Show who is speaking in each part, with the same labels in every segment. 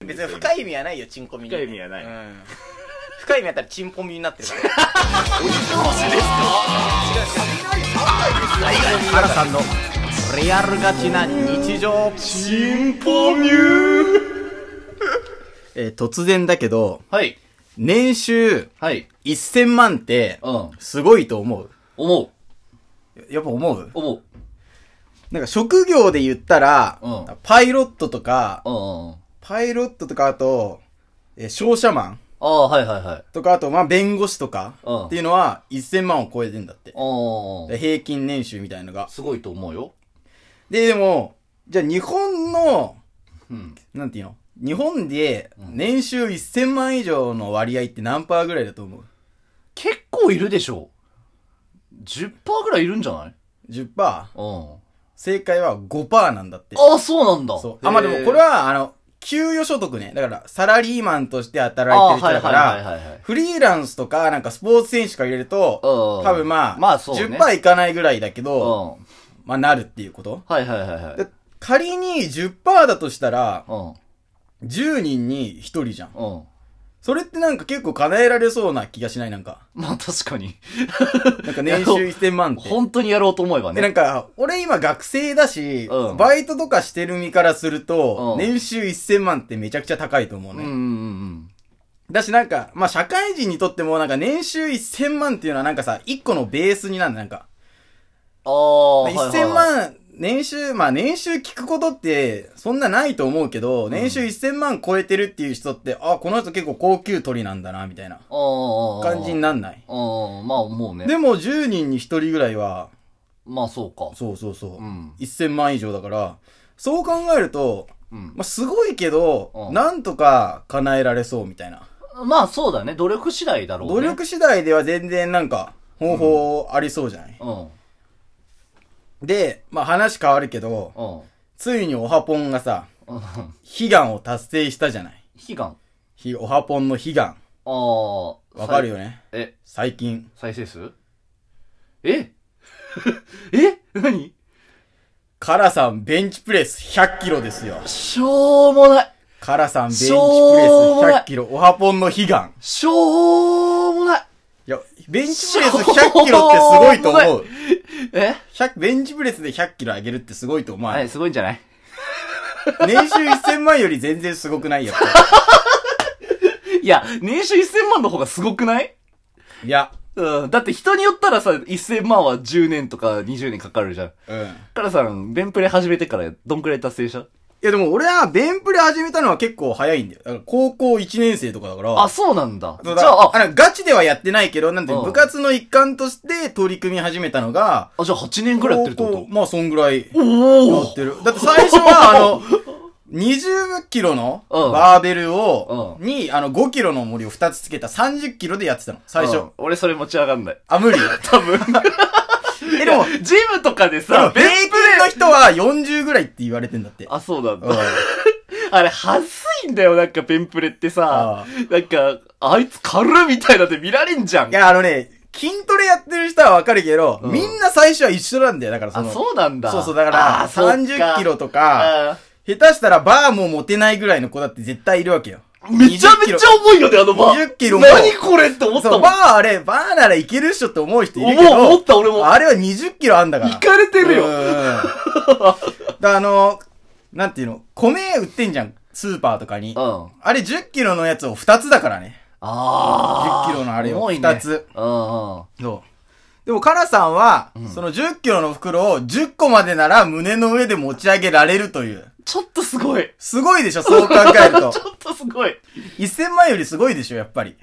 Speaker 1: 別に深い意味はないよチンコミに
Speaker 2: 深い意味はない
Speaker 1: うん深い意味あったらチンポミになってるから原さんのリアルガチな日常
Speaker 2: チンポミュー
Speaker 1: えー突然だけど
Speaker 2: はい。
Speaker 1: 年収
Speaker 2: はい。
Speaker 1: 1000万って
Speaker 2: うん。
Speaker 1: すごいと思う
Speaker 2: 思う。
Speaker 1: やっぱ思う
Speaker 2: 思う。
Speaker 1: なんか職業で言ったら、
Speaker 2: うん
Speaker 1: パイロットとか、
Speaker 2: うんうん。
Speaker 1: パイロットとかあと、えー商社マン
Speaker 2: ああ、はいはいはい。
Speaker 1: とかあと、まあ、弁護士とか
Speaker 2: うん
Speaker 1: っていうのは1000万を超えてんだって。
Speaker 2: ああ。
Speaker 1: 平均年収みたいのが。
Speaker 2: すごいと思うよ。
Speaker 1: で、でも、じゃあ日本の、
Speaker 2: うん。
Speaker 1: なんていうの日本で
Speaker 2: ん
Speaker 1: 年収1000万以上の割合って何パーぐらいだと思う
Speaker 2: 結構いるでしょ。10%ぐらいいるんじゃない
Speaker 1: ?10%?
Speaker 2: うん。
Speaker 1: 正解は5%なんだって。
Speaker 2: ああ、そうなんだ。
Speaker 1: そう。あ、まあ、でもこれ
Speaker 2: は
Speaker 1: は、あの、給与所得ね。だから、サラリーマンとして働いてる人だか
Speaker 2: あーはいはいはいはいはい
Speaker 1: ら、フリーランスとか、なんかスポーツ選手とか入れる
Speaker 2: う
Speaker 1: と
Speaker 2: ん、
Speaker 1: 多分まあ、
Speaker 2: まあそうね
Speaker 1: 10%いかないぐらいだけ
Speaker 2: うん。
Speaker 1: ど、
Speaker 2: は
Speaker 1: まあなるっていうこと
Speaker 2: いはいはいはい。
Speaker 1: で仮に10%だとしたら、
Speaker 2: うん。
Speaker 1: 10人に1人じゃん。
Speaker 2: うん。
Speaker 1: それってなんか結構叶えられそうな気がしないなんか。
Speaker 2: まあ確かに。
Speaker 1: なんか年収1000万って。
Speaker 2: 本当にやろうと思えば
Speaker 1: で、な
Speaker 2: ね。
Speaker 1: んか、俺今学生だし、
Speaker 2: うん
Speaker 1: バイトとかしてる身からすると、
Speaker 2: うん
Speaker 1: 年収1000万ってめちゃくちゃ高いと思う
Speaker 2: うん
Speaker 1: ね。
Speaker 2: うんうん。
Speaker 1: だしなんか、まあ、社会人にとってもなんか年収1000万っていうのはなんかさ、一個のベースになるんだ、なんか。
Speaker 2: ああ、はいはいはい
Speaker 1: 1000万、年収、まあ、年収聞くことって、そんなないと思うけど、年収1000万超えてるっていう人って、あ、この人結構高級鳥なんだな、みたいな
Speaker 2: あーあー。
Speaker 1: 感じに
Speaker 2: な
Speaker 1: なんない。
Speaker 2: あーまあ思うね。
Speaker 1: でも10人に1人ぐらいは、
Speaker 2: まあそうか。
Speaker 1: そうそうそう、
Speaker 2: うん
Speaker 1: 1000万以上だから、そう考えると、
Speaker 2: うん。
Speaker 1: まあ、すごいけど、
Speaker 2: うん
Speaker 1: なんとか叶えられそうみたいな。
Speaker 2: まあそうだね。努力次第だろうね。
Speaker 1: 努力次第では全然なんか、方法ありそうじゃない、
Speaker 2: うん。
Speaker 1: で、まあ話変わるけど、
Speaker 2: うん。
Speaker 1: ついにオハポンがさ、
Speaker 2: うん。
Speaker 1: 悲願を達成したじゃない。
Speaker 2: 悲願。
Speaker 1: ひオハポンの悲願。
Speaker 2: ああ。
Speaker 1: わかる
Speaker 2: よ。
Speaker 1: よね
Speaker 2: え、
Speaker 1: 最近。
Speaker 2: 再生数え え何
Speaker 1: カラさんベンチプレス100キロですよ。
Speaker 2: しょうもない。
Speaker 1: カラさんベンチプレス
Speaker 2: しょうもない
Speaker 1: 100キロ。オハポンの悲願。
Speaker 2: しょうもない。
Speaker 1: いや、ベンチプレス100キロってすごいと
Speaker 2: しょ
Speaker 1: 思
Speaker 2: う
Speaker 1: う。
Speaker 2: え
Speaker 1: 100ベンチプレスで100キロ上げるってすごいと思わな
Speaker 2: はいい、すごいんじゃない
Speaker 1: 年収1000万より全然すごくないよ。
Speaker 2: いや、年収1000万の方がすごくない
Speaker 1: いや、
Speaker 2: うん。だって人によったらさ、1000万は10年とか20年かかるじゃん。
Speaker 1: うん。い
Speaker 2: カラさん、ベンプレ始めてからどんくらい達成した
Speaker 1: やでも俺はベンプレ始めたのは結構早いんだよ。だから高校1年生とかだから。
Speaker 2: あ、そうなんだ。じ
Speaker 1: そう
Speaker 2: ゃ
Speaker 1: だ
Speaker 2: あ、あ、
Speaker 1: あの、ガチではやってないけど、なんで
Speaker 2: うん
Speaker 1: 部活の一環として取り組み始めたのが、
Speaker 2: あじゃあ8年くらいやってるって
Speaker 1: 高
Speaker 2: こ
Speaker 1: 校まあ、そんぐらい
Speaker 2: と
Speaker 1: や
Speaker 2: お
Speaker 1: ってる。だって最初は、あの、20キロの
Speaker 2: うん
Speaker 1: バーベルを、
Speaker 2: う
Speaker 1: に、あの、5キロの重りを2つつけた30キロでやってたの。最初。
Speaker 2: 俺それ持ち上がんない。
Speaker 1: あ、無 理。
Speaker 2: 多分。
Speaker 1: え、でも、でも
Speaker 2: ジムとかで
Speaker 1: 平、
Speaker 2: さベンプレ
Speaker 1: 均の人は40ぐらいって言われてんだって。
Speaker 2: あ、そうなん
Speaker 1: うん
Speaker 2: だ。あれ、はずいんだよ、なんか、ベンプレって
Speaker 1: あ。
Speaker 2: さなんか、あいつ軽るみたいなんで見られんじゃん
Speaker 1: い。や、あのね、筋トレやってる人はわかるけど、
Speaker 2: うん
Speaker 1: みんな最初は一緒なんだよ。だからそ
Speaker 2: あ、
Speaker 1: の、
Speaker 2: そうなんだ。
Speaker 1: そうそう、だから、
Speaker 2: あそっ
Speaker 1: 30キロとか、
Speaker 2: あ
Speaker 1: 下手したらバーも持てないぐらいの子だって絶対いるわけよ。
Speaker 2: めちゃめちゃ重いよね、あのバー。
Speaker 1: 20キロも
Speaker 2: 何これって思った
Speaker 1: そう、
Speaker 2: も
Speaker 1: バ
Speaker 2: ん。
Speaker 1: ーあれ、バーならいけるっしょって思う人いるけど、
Speaker 2: 思う思った俺も
Speaker 1: あれは20キロあんだから。
Speaker 2: いかれてるよ
Speaker 1: うんだからあの、なんていうの、米売ってんじゃん、スーパーとかに。
Speaker 2: うん。
Speaker 1: あれ10キロのやつを2つだからね。
Speaker 2: あー。
Speaker 1: 10キロのあれを
Speaker 2: 重いね
Speaker 1: 二つ。
Speaker 2: うんうん。
Speaker 1: そう。でも、カラさんは、その10キロの袋を10個までなら胸の上で持ち上げられるという。
Speaker 2: ちょっとすごい。
Speaker 1: すごいでしょ、そう考えると
Speaker 2: ち。ょっとすごい。
Speaker 1: 1000万よりすごいでしょ、やっぱり。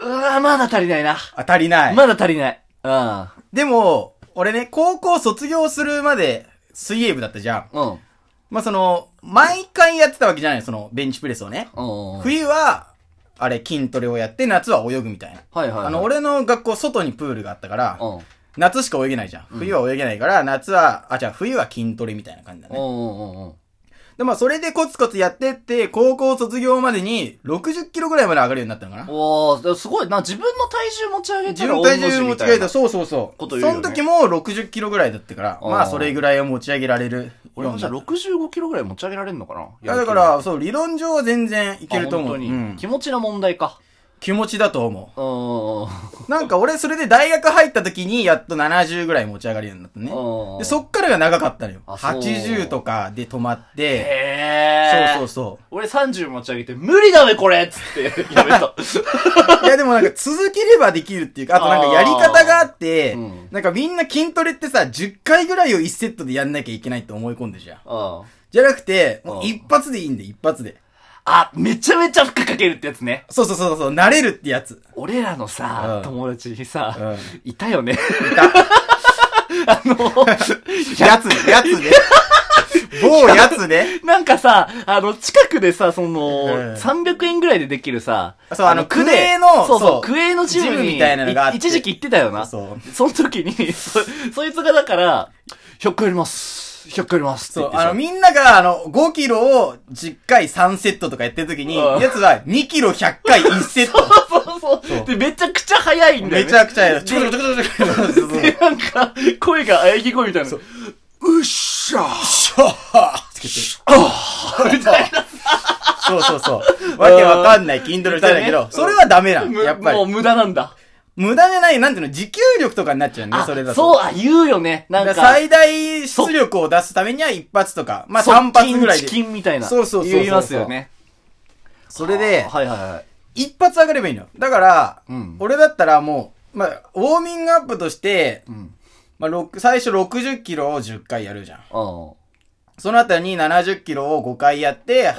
Speaker 2: うわー、まだ足りないな。
Speaker 1: あ、足りない。
Speaker 2: まだ足りない。うん。
Speaker 1: でも、俺ね、高校卒業するまで水泳部だったじゃん。
Speaker 2: うん。
Speaker 1: まあ、その、毎回やってたわけじゃないその、ベンチプレスをね。
Speaker 2: うん。はい
Speaker 1: 冬は、あれ、筋トレをやって、夏は泳ぐみたいな。
Speaker 2: はいはい。
Speaker 1: あの、俺の学校、外にプールがあったから、
Speaker 2: うん。
Speaker 1: 夏しか泳げないじゃん。冬は泳げないから、夏は、あ、じゃあ冬は筋トレみたいな感じだ
Speaker 2: うんう
Speaker 1: ね。
Speaker 2: んうんうん。
Speaker 1: で、まあ、それでコツコツやってって、高校卒業までに60キロぐらいまで上がるようになったのかな。
Speaker 2: おー、でもすごいな。自分の体重持ち上げ
Speaker 1: 自
Speaker 2: たら
Speaker 1: 分
Speaker 2: 御の字
Speaker 1: 体
Speaker 2: みたいな。
Speaker 1: 重持ち上げた、そうそうそう。
Speaker 2: こと言うよ
Speaker 1: そ
Speaker 2: ね
Speaker 1: の時も60キロぐらいだったから、
Speaker 2: あー
Speaker 1: まあそれぐらいは持ち上げられる
Speaker 2: 俺もじゃあ65キロぐらい持ち上げられるのかない
Speaker 1: や、だか、ら、そう、理論上は全然い
Speaker 2: いけ
Speaker 1: け
Speaker 2: る
Speaker 1: る
Speaker 2: と
Speaker 1: と
Speaker 2: 思
Speaker 1: 思
Speaker 2: う。
Speaker 1: う。
Speaker 2: に
Speaker 1: うん
Speaker 2: 気持ちの問題か。
Speaker 1: 気持ちだと思
Speaker 2: うーん。
Speaker 1: う。なんか俺、それで大学入った時に、やっと70ぐらい持ち上がるようになったね。
Speaker 2: うん
Speaker 1: で、そっからが長かったのよ。
Speaker 2: あそう
Speaker 1: 80とかで止まって、
Speaker 2: へ
Speaker 1: そう
Speaker 2: ー。
Speaker 1: そうそ
Speaker 2: 俺30持ち上げて、無理だべこれっ つって、やめた。
Speaker 1: う。いや、でもなんか続ければできるっていうか、あとなんかやり方があって、
Speaker 2: あーうん
Speaker 1: なんかみんな筋トレってさ、10回ぐらいを1セットでやんなきゃいけないって思い込んでるじゃん。
Speaker 2: うん。
Speaker 1: じゃなくて、もう
Speaker 2: うん
Speaker 1: 一発でいいんで、一発で。
Speaker 2: あ、めちゃめちゃ負荷かけるってやつね。
Speaker 1: そうそうそうそう、慣れるってやつ。
Speaker 2: 俺らの
Speaker 1: う
Speaker 2: さ、
Speaker 1: ん
Speaker 2: 友達にさ、
Speaker 1: うん
Speaker 2: いたよね。 あの、
Speaker 1: やつね、やつね。 某やつ ね。
Speaker 2: なんかさ、あの、近くでさ、その、
Speaker 1: うん
Speaker 2: 300円ぐらいでできるさ、
Speaker 1: そうあの
Speaker 2: 区で
Speaker 1: クエの
Speaker 2: そ
Speaker 1: そ
Speaker 2: うそう、
Speaker 1: う
Speaker 2: クエのジム
Speaker 1: ジ
Speaker 2: に、
Speaker 1: ムみたいなのがあって
Speaker 2: 一時期行ってたよな。
Speaker 1: そう
Speaker 2: その時に、 そ、そいつがだから、100個やります。100個やりますって
Speaker 1: そう
Speaker 2: 言っ、て
Speaker 1: あ
Speaker 2: さ
Speaker 1: の、みんなが、あの、5キロを10回3セットとかやってる時に、
Speaker 2: うん
Speaker 1: やつは2キロ100回1セット。
Speaker 2: そうそうそ。
Speaker 1: そうう
Speaker 2: で、めちゃくちゃ早いんだ
Speaker 1: め
Speaker 2: よ、ね。
Speaker 1: ちゃくちゃやる。
Speaker 2: で
Speaker 1: ちょこちょこちょこちょこそうそうそう
Speaker 2: で、なんか、声が喘ぎ声みたいな。うっしゃー
Speaker 1: シャーつけて。
Speaker 2: みたいな。
Speaker 1: そうそうそう。わけわかんない筋トレしたいんだけ
Speaker 2: うん
Speaker 1: ど、それはダメなん。
Speaker 2: む
Speaker 1: やっぱ
Speaker 2: もう
Speaker 1: り。
Speaker 2: 無駄なんだ。
Speaker 1: 無駄じゃない、なんていうの、持久力とかになっちゃうね、それだと。
Speaker 2: そう、あ、言うよね。なん
Speaker 1: だ
Speaker 2: か、
Speaker 1: から最大出力を出すためには一発とか、まあ
Speaker 2: 速
Speaker 1: 3発ぐらい
Speaker 2: 筋
Speaker 1: で
Speaker 2: チ。キンみたいな。
Speaker 1: そうそうそうそう
Speaker 2: 言いますよね。
Speaker 1: それで
Speaker 2: あ、はいはいはい。
Speaker 1: 一発上がればいいのよ。だから、
Speaker 2: うん
Speaker 1: 俺だったらもう、まあ、ウォーミングアップとして、
Speaker 2: ん
Speaker 1: まあ、ろく最初60キロを10回やるじゃん。
Speaker 2: あ
Speaker 1: その後に70キロを5回やって、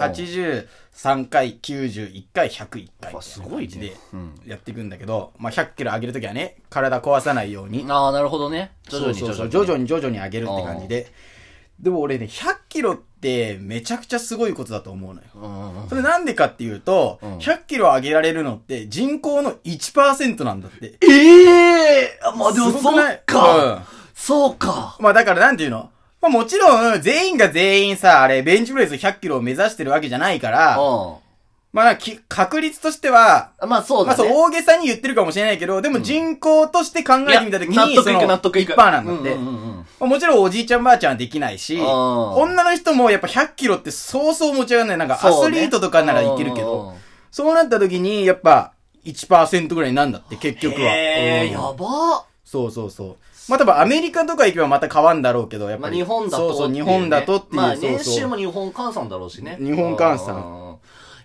Speaker 1: 83回、91回、101回。
Speaker 2: あ。すごいね
Speaker 1: で、。
Speaker 2: うん。
Speaker 1: やっていくんだけど、まあ、100キロ上げるときはね、体壊さないように。
Speaker 2: ああ、なるほどね。徐々に
Speaker 1: そう
Speaker 2: 徐
Speaker 1: そうそう
Speaker 2: 々に。
Speaker 1: 徐々に徐々に上げるって感じで。でも俺ね、100キロってめちゃくちゃすごいことだと思うのよ。
Speaker 2: うんうん
Speaker 1: それなんでかっていうと、
Speaker 2: うん
Speaker 1: 100キロ上げられるのって人口の1%なんだって。
Speaker 2: ええー、まあでも
Speaker 1: すごく
Speaker 2: そ
Speaker 1: ない
Speaker 2: っか。
Speaker 1: うん
Speaker 2: そうか。
Speaker 1: まあだからなんていうのまあもちろん、全員が全員さ、あれ、ベンチプレス100キロを目指してるわけじゃないから、
Speaker 2: う
Speaker 1: まあなんかき確率としては、
Speaker 2: ん。まあそう
Speaker 1: まあ
Speaker 2: だ
Speaker 1: そう、
Speaker 2: ね。
Speaker 1: 大げさに言ってるかもしれないけど、でも人口として考
Speaker 2: い
Speaker 1: え
Speaker 2: や
Speaker 1: てみたときに、
Speaker 2: 納得い
Speaker 1: そ
Speaker 2: く
Speaker 1: の
Speaker 2: 納得いく。
Speaker 1: 1%なんだって。
Speaker 2: うんうんうん
Speaker 1: まあもちろんおじいちゃんばあちゃんはできないし、
Speaker 2: うん
Speaker 1: 女の人もやっぱ100キロってそうそう持ち上がんない。なんかアスリートとかならいけるけど、。そうなった時に、やっぱ、1%ぐらいなんだって、結局は。
Speaker 2: ええー、
Speaker 1: うん
Speaker 2: やば。
Speaker 1: そうそうそう。まあ、多分アメリカとか行けばまた変わんだろうけど、やっ
Speaker 2: ま
Speaker 1: ぱ
Speaker 2: あ
Speaker 1: り。
Speaker 2: 日本だと。
Speaker 1: そうそう、日本だとっていう。
Speaker 2: まあ
Speaker 1: そうそう
Speaker 2: 年収も日本換算だろうしね。
Speaker 1: 日本換算
Speaker 2: うん。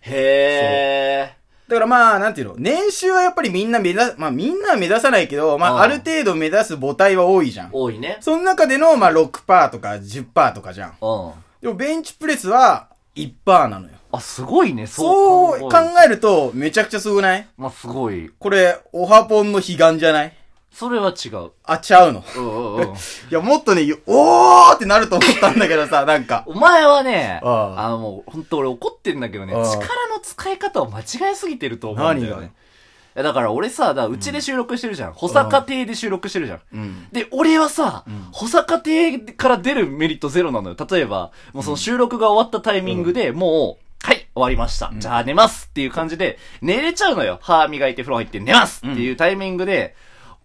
Speaker 2: へえ。
Speaker 1: だからまあ、なんていうの、年収はやっぱりみんな目指、まあみんなは目指さないけど、ま
Speaker 2: うん
Speaker 1: あある程度目指す母体は多いじゃん。
Speaker 2: 多いね。
Speaker 1: その中での、まあ6%とか10%とかじゃん。
Speaker 2: うん。
Speaker 1: でもベンチプレスは1%なのよ。
Speaker 2: あ、すごいね、
Speaker 1: そう
Speaker 2: える
Speaker 1: 考えると、めちゃくちゃすごくない
Speaker 2: まあ、すごい。
Speaker 1: これ、オハポンの悲願じゃない
Speaker 2: それは違う。
Speaker 1: あ、ちゃうの。
Speaker 2: うんうん う
Speaker 1: い
Speaker 2: ん。
Speaker 1: や、もっとね、おーってなると思ったんだけどさ、なんか。
Speaker 2: お前はね、
Speaker 1: ああ
Speaker 2: あの、もう、本当俺怒ってんだけどね、
Speaker 1: ああ
Speaker 2: 力の使い方を間違えすぎてると思うんだよ
Speaker 1: 何が
Speaker 2: ね。いやだから俺さ、だからうちで収録してるじゃん。保坂亭で収録してるじゃん。
Speaker 1: うん。
Speaker 2: で、俺はさ、保坂亭から出るメリットゼロなのよ。例えば、もうその収録が終わったタイミングで、もう、はい、終わりました。じゃあ寝ますっていう感じで、寝れちゃうのよ。歯磨いて風呂入って寝ますっていうタイミングで、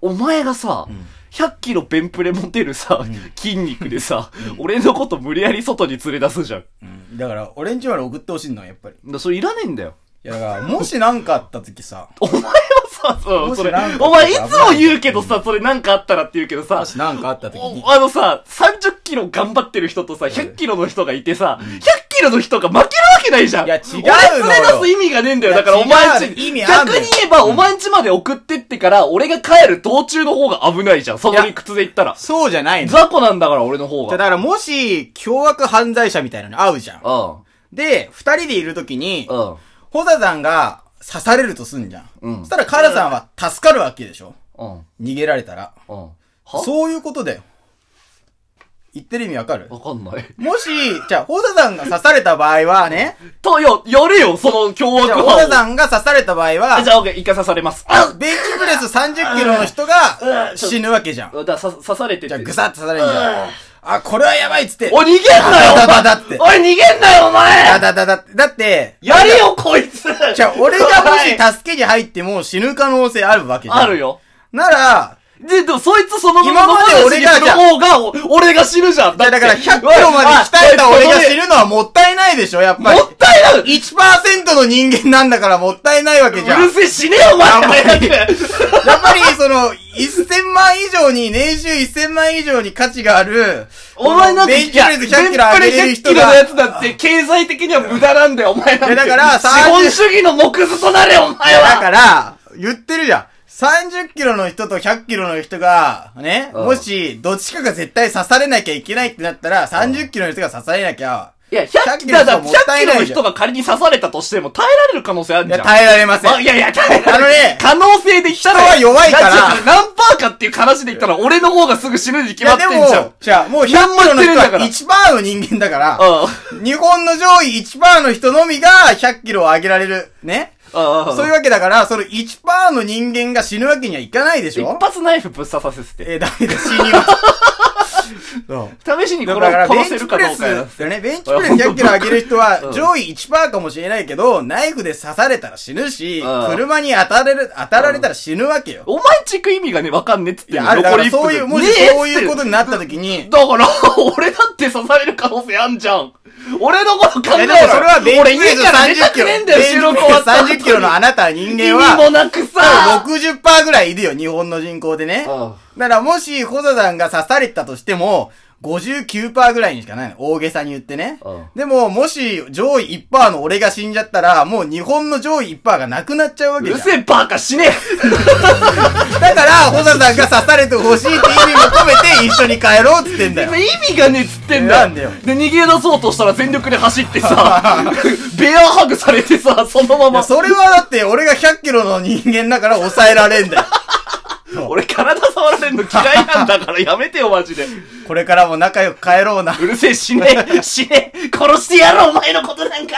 Speaker 2: お前がさ、100キロベンプレ持てるさ、筋肉でさ、俺のこと無理やり外に連れ出すじゃん。だか
Speaker 1: うんだから、俺んちまで送ってほしいのよ、やっぱり。
Speaker 2: らそれいらねえんだよ。
Speaker 1: いや、だから、もしなんかあった時 さ、
Speaker 2: お前はさ、そう、
Speaker 1: もし
Speaker 2: それ
Speaker 1: なん、か
Speaker 2: お前いつも言うけどさ、それなんかあったらって言うけどさ、
Speaker 1: もしなんかあった時に、
Speaker 2: おあのさ、30キロ頑張ってる人とさ、100キロの人がいてさ、100キロの人が負けるわけないじゃん。
Speaker 1: いや違うのよ
Speaker 2: 俺連れ出す意味がねえんだよ。
Speaker 1: いや
Speaker 2: だからお前ん
Speaker 1: 違う
Speaker 2: ち、
Speaker 1: 意
Speaker 2: 逆
Speaker 1: 味
Speaker 2: に言
Speaker 1: あんのよ
Speaker 2: えばお前んちまで送ってってから、俺が帰る道中の方が危ないじゃん。その理屈で言ったら。
Speaker 1: そうじゃないの。じゃ
Speaker 2: 雑魚なんだから俺の方
Speaker 1: だ
Speaker 2: が。
Speaker 1: から、もし、凶悪犯罪者みたいなのに会うじゃん。
Speaker 2: う
Speaker 1: で、二人でいる時に、
Speaker 2: ん。うん。
Speaker 1: ホザさんが刺されるとすんじゃん。
Speaker 2: うん
Speaker 1: そしたら、カラさんは助かるわけでしょ。
Speaker 2: うん。
Speaker 1: 逃げられたら。
Speaker 2: うん。は
Speaker 1: そういうことだよ。言ってる意味わかる
Speaker 2: わかんない。
Speaker 1: もし、じゃあ、ホザさんが刺された場合はね、
Speaker 2: と、よ、やれよ、その凶悪
Speaker 1: じゃあ、
Speaker 2: 犯
Speaker 1: ホザ
Speaker 2: を。
Speaker 1: さんが刺された場合
Speaker 2: あじ
Speaker 1: は、
Speaker 2: ゃあ、オッケー、一回刺されます。あ
Speaker 1: ベンチプレス30キロの人が死ぬわけじゃん。
Speaker 2: だからさ刺されて
Speaker 1: じゃあ、
Speaker 2: て
Speaker 1: ぐ。さって刺されるんじゃん。あ、これはやばいっつって。
Speaker 2: おい、逃げんなよ
Speaker 1: だだだだっ
Speaker 2: お
Speaker 1: て
Speaker 2: 前おい、逃げんなよ、お前
Speaker 1: だだだだだって、
Speaker 2: やれよ、こいつ
Speaker 1: じゃあ、俺がもし
Speaker 2: おい
Speaker 1: 助けに入っても死ぬ可能性あるわけじゃん。
Speaker 2: ある。よ。
Speaker 1: なら、
Speaker 2: で、でもそいつそのま
Speaker 1: 今
Speaker 2: ま
Speaker 1: まで俺が
Speaker 2: の方が、お俺が死ぬじゃん。
Speaker 1: だから100キロまで鍛えた俺が死ぬのはもったいないでしょ、やっ
Speaker 2: も
Speaker 1: ぱり。
Speaker 2: ったいない
Speaker 1: 1%の人間なんだからもったいないわけじゃん。
Speaker 2: うるせえ死ねよ、お前
Speaker 1: あんまり
Speaker 2: 早く
Speaker 1: やっぱり、その、1000万以上に、年収1000万以上に価値がある、
Speaker 2: お前なんて、
Speaker 1: 年収率100キロ上げれる人
Speaker 2: いや
Speaker 1: が、
Speaker 2: ベン
Speaker 1: い
Speaker 2: プレ100キロのやつだって、経済的には無駄なんだよ、お前なんて。
Speaker 1: いやだから
Speaker 2: 資
Speaker 1: 30
Speaker 2: 本主義の木図となれ、お前
Speaker 1: やだ
Speaker 2: は
Speaker 1: から、言ってるじゃん。30キロの人と100キロの人が、ね、
Speaker 2: うん
Speaker 1: もし、どっちかが絶対刺されなきゃいけないってなったら、30キロの人が刺されなきゃ、
Speaker 2: いや、
Speaker 1: 100
Speaker 2: 100
Speaker 1: キ
Speaker 2: キ
Speaker 1: ロ
Speaker 2: ロ、
Speaker 1: の人は
Speaker 2: だ100
Speaker 1: もったいないじゃ
Speaker 2: キ
Speaker 1: ん
Speaker 2: ロの人が仮に刺されたとしても耐えられる可能性ある
Speaker 1: い
Speaker 2: じゃ
Speaker 1: や、
Speaker 2: ん。
Speaker 1: 耐えられません。
Speaker 2: あいやいや、耐えられ
Speaker 1: あのね
Speaker 2: 可能性で人
Speaker 1: 人は弱いから
Speaker 2: 何パーかっていう話で言ったら、俺の方がすぐ死ぬに
Speaker 1: い
Speaker 2: 決ま
Speaker 1: や、
Speaker 2: って
Speaker 1: で
Speaker 2: んじゃ
Speaker 1: も
Speaker 2: ん、。
Speaker 1: じ ゃあ、もう100キ
Speaker 2: なんも
Speaker 1: ロ
Speaker 2: 言っ
Speaker 1: の
Speaker 2: て
Speaker 1: 人
Speaker 2: るんだから
Speaker 1: は1%の人間だから、
Speaker 2: うん。
Speaker 1: 日本の上位1%の人のみが100キロを上げられる。ね
Speaker 2: うんうん。
Speaker 1: そういうわけだから、その1%の人間が死ぬわけにはいかないでしょ
Speaker 2: 一発ナイフぶっ刺させて。
Speaker 1: えー、ダメだ、死には。そう。
Speaker 2: 試しにこ
Speaker 1: だ
Speaker 2: れを
Speaker 1: から、ベン
Speaker 2: 殺せ
Speaker 1: チ
Speaker 2: る
Speaker 1: プ
Speaker 2: か
Speaker 1: レ
Speaker 2: どうかや
Speaker 1: ス、ね、ベンチプレス100キロ 上げる人は、上位1%かもしれないけど、ナイフで刺されたら死ぬし、
Speaker 2: うん
Speaker 1: 車に当たれる、当たられたら死ぬわけよ。
Speaker 2: お前チク意味がね、わかんねえっつっ
Speaker 1: い
Speaker 2: てん
Speaker 1: や、
Speaker 2: の
Speaker 1: あるだか
Speaker 2: 残
Speaker 1: ら、
Speaker 2: り
Speaker 1: そういう、もしそういうことになった時に、
Speaker 2: だから、俺だって刺される可能性あんじゃん。俺のこと考え
Speaker 1: い
Speaker 2: ろ
Speaker 1: やでもそれはベン
Speaker 2: 俺
Speaker 1: チプレ
Speaker 2: 家
Speaker 1: ス
Speaker 2: から出た
Speaker 1: 30キ
Speaker 2: く
Speaker 1: ロ。
Speaker 2: ねえんだよ、収録終わった後
Speaker 1: 30キロのあなた人
Speaker 2: 意味
Speaker 1: 間は、
Speaker 2: もなくさ。
Speaker 1: 60%ぐらいいるよ、日本の人口でね。
Speaker 2: あ
Speaker 1: だからもし、ホザさんが刺されたとしても、59%ぐらいにしかないの。大げさに言ってね
Speaker 2: うん。
Speaker 1: でも、もし、上位1%の俺が死んじゃったら、もう日本の上位1%がなくなっちゃうわ
Speaker 2: う
Speaker 1: けじゃ
Speaker 2: る
Speaker 1: ん。
Speaker 2: せえバカ死ね
Speaker 1: だから、ホザさんが刺されてほしいって意味も込めて、一緒に帰ろうって言ってんだ
Speaker 2: え
Speaker 1: よ。
Speaker 2: 意味がねえっつってんだ
Speaker 1: なんだよ
Speaker 2: で、逃げ出そうとしたら全力で走ってさ、 ベアハグされてさ、そのま
Speaker 1: いや
Speaker 2: ま。
Speaker 1: それはだって、俺が100キロの人間だから抑えられんだよ。
Speaker 2: 俺体触られるの嫌いなんだからやめてよ、マジで。
Speaker 1: これからも仲良く帰ろうな。
Speaker 2: うるせえ、死ね、死ね、殺してやろう、お前のことなんか